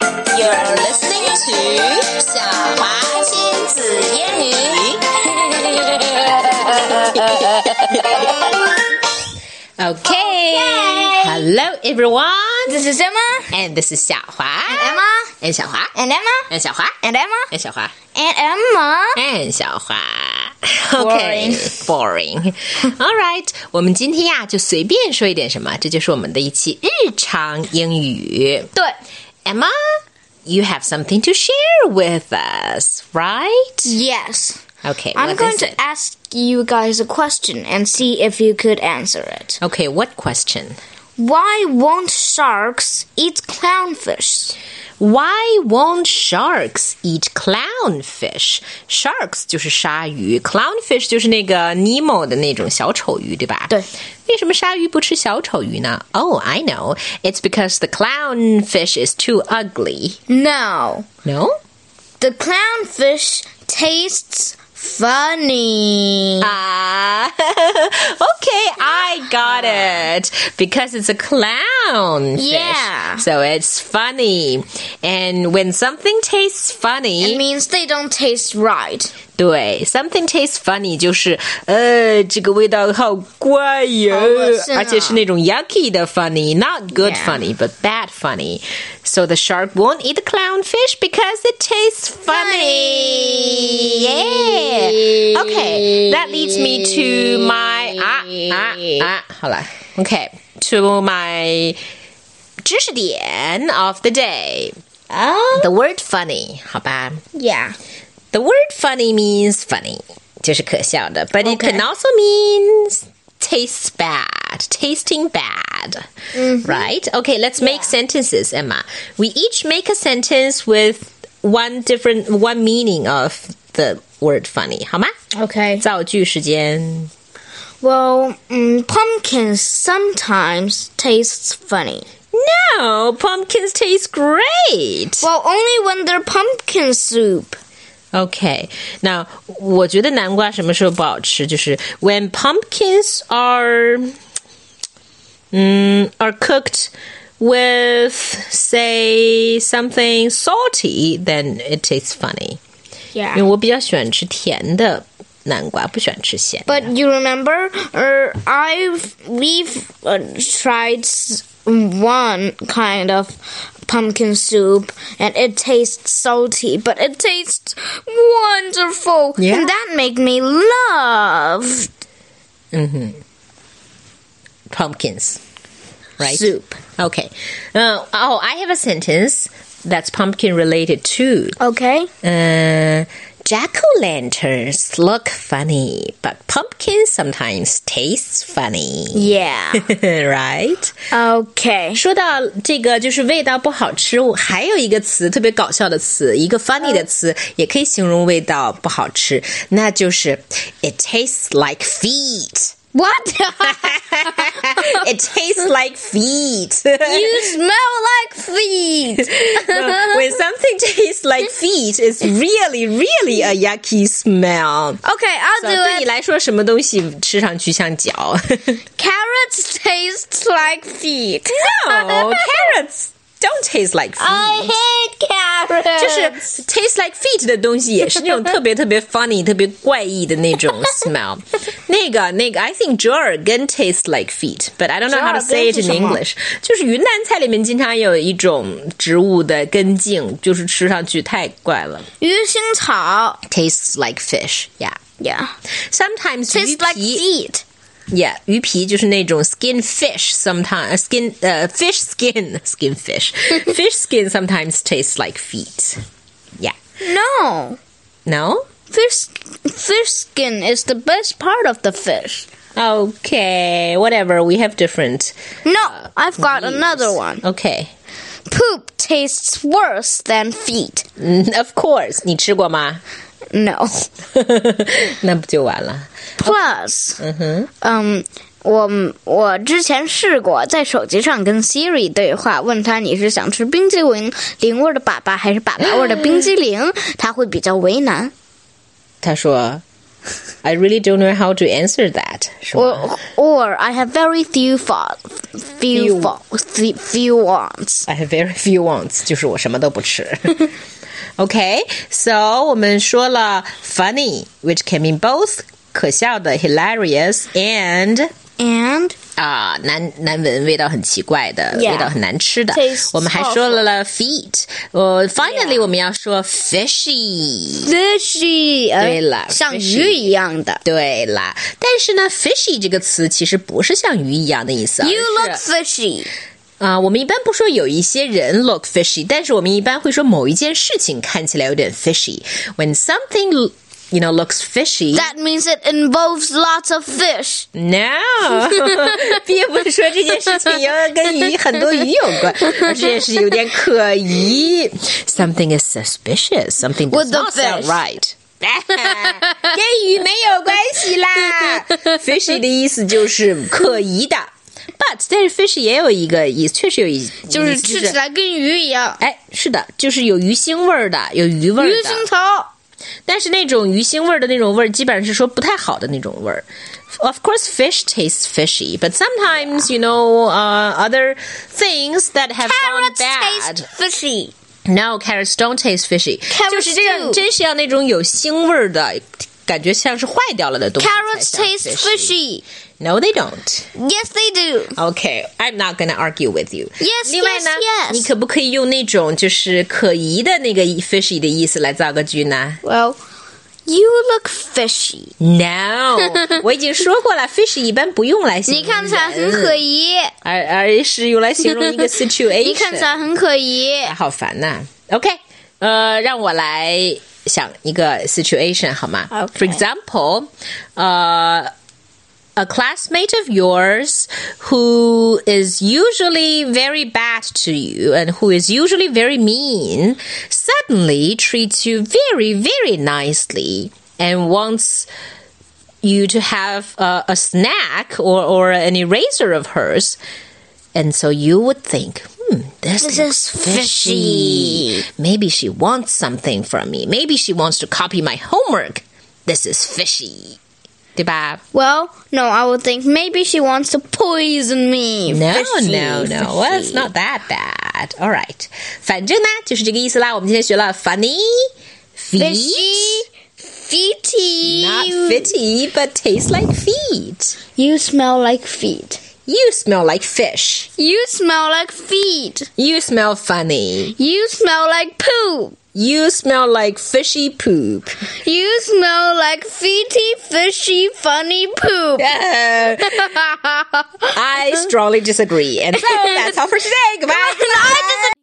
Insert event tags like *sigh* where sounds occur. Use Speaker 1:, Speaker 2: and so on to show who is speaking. Speaker 1: You're listening to 小华亲子英语。okay. Hello, everyone.
Speaker 2: This is Emma
Speaker 1: And this is 小华。
Speaker 2: Emma
Speaker 1: And 小华。
Speaker 2: and Emma
Speaker 1: And 小华。
Speaker 2: and Emma
Speaker 1: And 小华。
Speaker 2: and Emma.
Speaker 1: And 小华。Okay, *laughs* boring. All right，我们今天呀、就随便说一点什么，这就是我们的一期日常英语。
Speaker 2: 对
Speaker 1: Emma, you have something to share with us, right?
Speaker 2: Yes.
Speaker 1: Okay,
Speaker 2: I'm
Speaker 1: what
Speaker 2: going
Speaker 1: is
Speaker 2: to
Speaker 1: it?
Speaker 2: ask you guys a question and see if you could answer it.
Speaker 1: Okay, what question?
Speaker 2: Why won't sharks eat clownfish?
Speaker 1: Why won't sharks eat clownfish? Sharks 就是鲨鱼，clownfish 就是那个 Nemo 的那种小丑鱼，对吧？
Speaker 2: 对。
Speaker 1: 为什么鲨鱼不吃小丑鱼呢？Oh, I know. It's because the clownfish is too ugly.
Speaker 2: No.
Speaker 1: No?
Speaker 2: The clownfish tastes funny.
Speaker 1: Ah, *laughs* okay, I got it. Because it's a clown. fish.
Speaker 2: Yeah.
Speaker 1: So it's funny. And when something tastes funny,
Speaker 2: it means they don't taste right.
Speaker 1: 对，something tastes funny 就是呃，这个味道好怪呀
Speaker 2: 好恶，心啊
Speaker 1: 而且是那种 yucky 的 funny，not good
Speaker 2: Yeah.
Speaker 1: funny but bad funny. So the shark won't eat the clownfish because it tastes funny. Yeah. Okay, that leads me to my 啊啊啊，好了，OK to my 知识点 of the day.
Speaker 2: Oh?
Speaker 1: The word funny，好吧。
Speaker 2: Yeah.
Speaker 1: The word funny means funny. 就是可笑的, but it
Speaker 2: Okay.
Speaker 1: can also mean tastes bad, tasting bad. Right? Okay, let's make sentences, Emma. We each make a sentence with one different one meaning of the word funny, 好吗?
Speaker 2: Okay.
Speaker 1: 造句时间.
Speaker 2: Well, mm, pumpkin sometimes tastes funny.
Speaker 1: No, pumpkins taste great.
Speaker 2: Well, only when they're pumpkin soup.
Speaker 1: Okay. Now, 我觉得南瓜什么时候不好吃，就是 when pumpkins are, 嗯 are cooked with say something salty, then it tastes funny.
Speaker 2: Yeah.
Speaker 1: 因为我比较喜欢吃甜的南瓜，不喜欢吃咸的。
Speaker 2: But you remember, er, I've we've uh, tried s- one kind of pumpkin soup, and it tastes salty, but it tastes wonderful,
Speaker 1: Yeah.
Speaker 2: and that made me love
Speaker 1: pumpkins, right?
Speaker 2: soup.
Speaker 1: Okay. Uh, oh, I have a sentence that's pumpkin related too.
Speaker 2: Okay.
Speaker 1: Uh, Jack o' lanterns look funny, but pumpkin sometimes tastes funny. *laughs*
Speaker 2: Yeah.
Speaker 1: right?
Speaker 2: okay.
Speaker 1: 说到这个，就是味道不好吃，我还有一个词特别搞笑的词，一个 funny 的词，也可以形容味道不好吃，那就是 it tastes like feet. *laughs*
Speaker 2: What? *laughs*
Speaker 1: it tastes like feet. *laughs*
Speaker 2: you smell like feet. *laughs*
Speaker 1: when something tastes like feet, it's really, really a yucky smell.
Speaker 2: okay, I'll
Speaker 1: 对
Speaker 2: do
Speaker 1: 对
Speaker 2: it.
Speaker 1: 你来说，什么东西吃上去像脚
Speaker 2: Carrots *laughs* taste like feet.
Speaker 1: *laughs* ？No, carrots don't taste like feet.
Speaker 2: I hate Oh， carrots.
Speaker 1: 就是 taste like feet 的东西，也是那种特别特别 funny、特别怪异的那种
Speaker 2: *laughs*
Speaker 1: smell。那个那个，I think 折耳根 tastes like feet，but I don't know how to
Speaker 2: 折耳
Speaker 1: say
Speaker 2: 根
Speaker 1: it
Speaker 2: 是
Speaker 1: in
Speaker 2: 什么
Speaker 1: English。就是云南菜里面经常有一种植物的根茎，就是吃上去太怪了，tastes like fish，yeah。
Speaker 2: Yeah.
Speaker 1: Sometimes 鱼
Speaker 2: Tastes like
Speaker 1: 皮
Speaker 2: feet.
Speaker 1: Yeah，鱼皮就是那种 skin fish sometimes skin 呃、fish skin *laughs* skin fish fish skin sometimes tastes like feet. Yeah.
Speaker 2: No.
Speaker 1: No.
Speaker 2: Fish fish skin is the best part of the fish.
Speaker 1: Okay. Whatever. We have different.
Speaker 2: No, I've got another one.
Speaker 1: Okay.
Speaker 2: Poop tastes worse than feet.
Speaker 1: 嗯、o f course. 你吃过吗？
Speaker 2: No.
Speaker 1: 那不就完了
Speaker 2: Plus，嗯哼，嗯，我我之前试过在手机上跟 Siri 对话，问他你是想吃冰激凌零味儿的粑粑还是粑粑味儿的冰激凌，他会比较为难。
Speaker 1: 他说 I really don't know how to answer that. 是吧
Speaker 2: Or, or I have very few fa- few fa- fe- few wants.
Speaker 1: I have very few wants，就是我什么都不吃。OK，so、我们说了 funny，which can mean both 可笑的 hilarious and
Speaker 2: And
Speaker 1: 啊、难难闻，味道很奇怪的
Speaker 2: Yeah.
Speaker 1: 味道很难吃的。
Speaker 2: Tastes
Speaker 1: 我们还说了了 feet，呃、finally 我们要说 fishy。
Speaker 2: fishy，Uh,
Speaker 1: 对了
Speaker 2: 像
Speaker 1: fishy
Speaker 2: 鱼一样的。
Speaker 1: 对啦，但是呢，fishy 这个词其实不是像鱼一样的意思，啊而
Speaker 2: You look
Speaker 1: 是
Speaker 2: fishy.
Speaker 1: 啊、我们一般不说有一些人 look fishy，但是我们一般会说某一件事情看起来有点 fishy。When something you know looks fishy，
Speaker 2: That means it involves lots of fish.
Speaker 1: No，并不是说这件事情有跟鱼很多鱼有关，而这件事情有点可疑。Something is suspicious. Something does
Speaker 2: With the
Speaker 1: not sound
Speaker 2: fish. *laughs*
Speaker 1: right. 跟鱼没有关系啦。Fishy *laughs* 的意思就是可疑的，but 但是 fish 也有一个意思，确实有一
Speaker 2: 就是吃起。来跟鱼一样，
Speaker 1: 哎，是的，就是有鱼腥味儿的，有鱼味儿
Speaker 2: 鱼
Speaker 1: 的。
Speaker 2: 腥头。
Speaker 1: 但是那种鱼腥味儿的那种味儿，基本上是说不太好的那种味儿。Of course, fish tastes fishy, but sometimes you know uh, other things that have gone
Speaker 2: Carrots
Speaker 1: bad.
Speaker 2: taste fishy.
Speaker 1: No, carrots don't taste fishy.
Speaker 2: Carrots
Speaker 1: 就是这样，
Speaker 2: do.
Speaker 1: 真是要那种有腥味儿的感觉，像是坏掉了的东西
Speaker 2: Carrots
Speaker 1: 才像
Speaker 2: taste fishy.
Speaker 1: No, they don't.
Speaker 2: Yes, they do.
Speaker 1: Okay, I'm not gonna argue with you.
Speaker 2: Yes,
Speaker 1: 另外呢
Speaker 2: yes, yes.
Speaker 1: 你可不可以用那种就是可疑的那个 fishy 的意思来造个句呢？
Speaker 2: Well, you look fishy. *laughs*
Speaker 1: No，我已经说过了，fish 一般不用来形容
Speaker 2: 你看起来很
Speaker 1: 人
Speaker 2: 可疑，
Speaker 1: 而而是用来形容
Speaker 2: *laughs*
Speaker 1: 一个 situation。
Speaker 2: 你看起来很可疑。
Speaker 1: 好烦呐、OK，呃，让我来想一个 situation 好吗
Speaker 2: OK
Speaker 1: For example，呃、A classmate of yours who is usually very bad to you and who is usually very mean suddenly treats you very, very nicely and wants you to have a, a snack or, or an eraser of hers. And so you would think, hmm, this, looks
Speaker 2: This is fishy.
Speaker 1: fishy. Maybe she wants something from me. Maybe she wants to copy my homework. This is fishy. 对吧？
Speaker 2: Well, no, I would think maybe she wants to poison me.
Speaker 1: No,
Speaker 2: Fishy,
Speaker 1: no, no.
Speaker 2: *laughs*
Speaker 1: Well, it's
Speaker 2: fishy.
Speaker 1: not that bad. All right. 反正呢，就是这个意思啦。我们今天学了 funny,
Speaker 2: Fishy, feety.
Speaker 1: not fitty, but tastes like feet.
Speaker 2: You smell like feet.
Speaker 1: You smell like fish.
Speaker 2: You smell like feet.
Speaker 1: You smell funny.
Speaker 2: You smell like poop.
Speaker 1: You smell like fishy poop.
Speaker 2: You smell like feety, fishy, funny poop.
Speaker 1: Uh,
Speaker 2: *laughs*
Speaker 1: I strongly disagree. And so that's all for today. Goodbye.
Speaker 2: I disagree.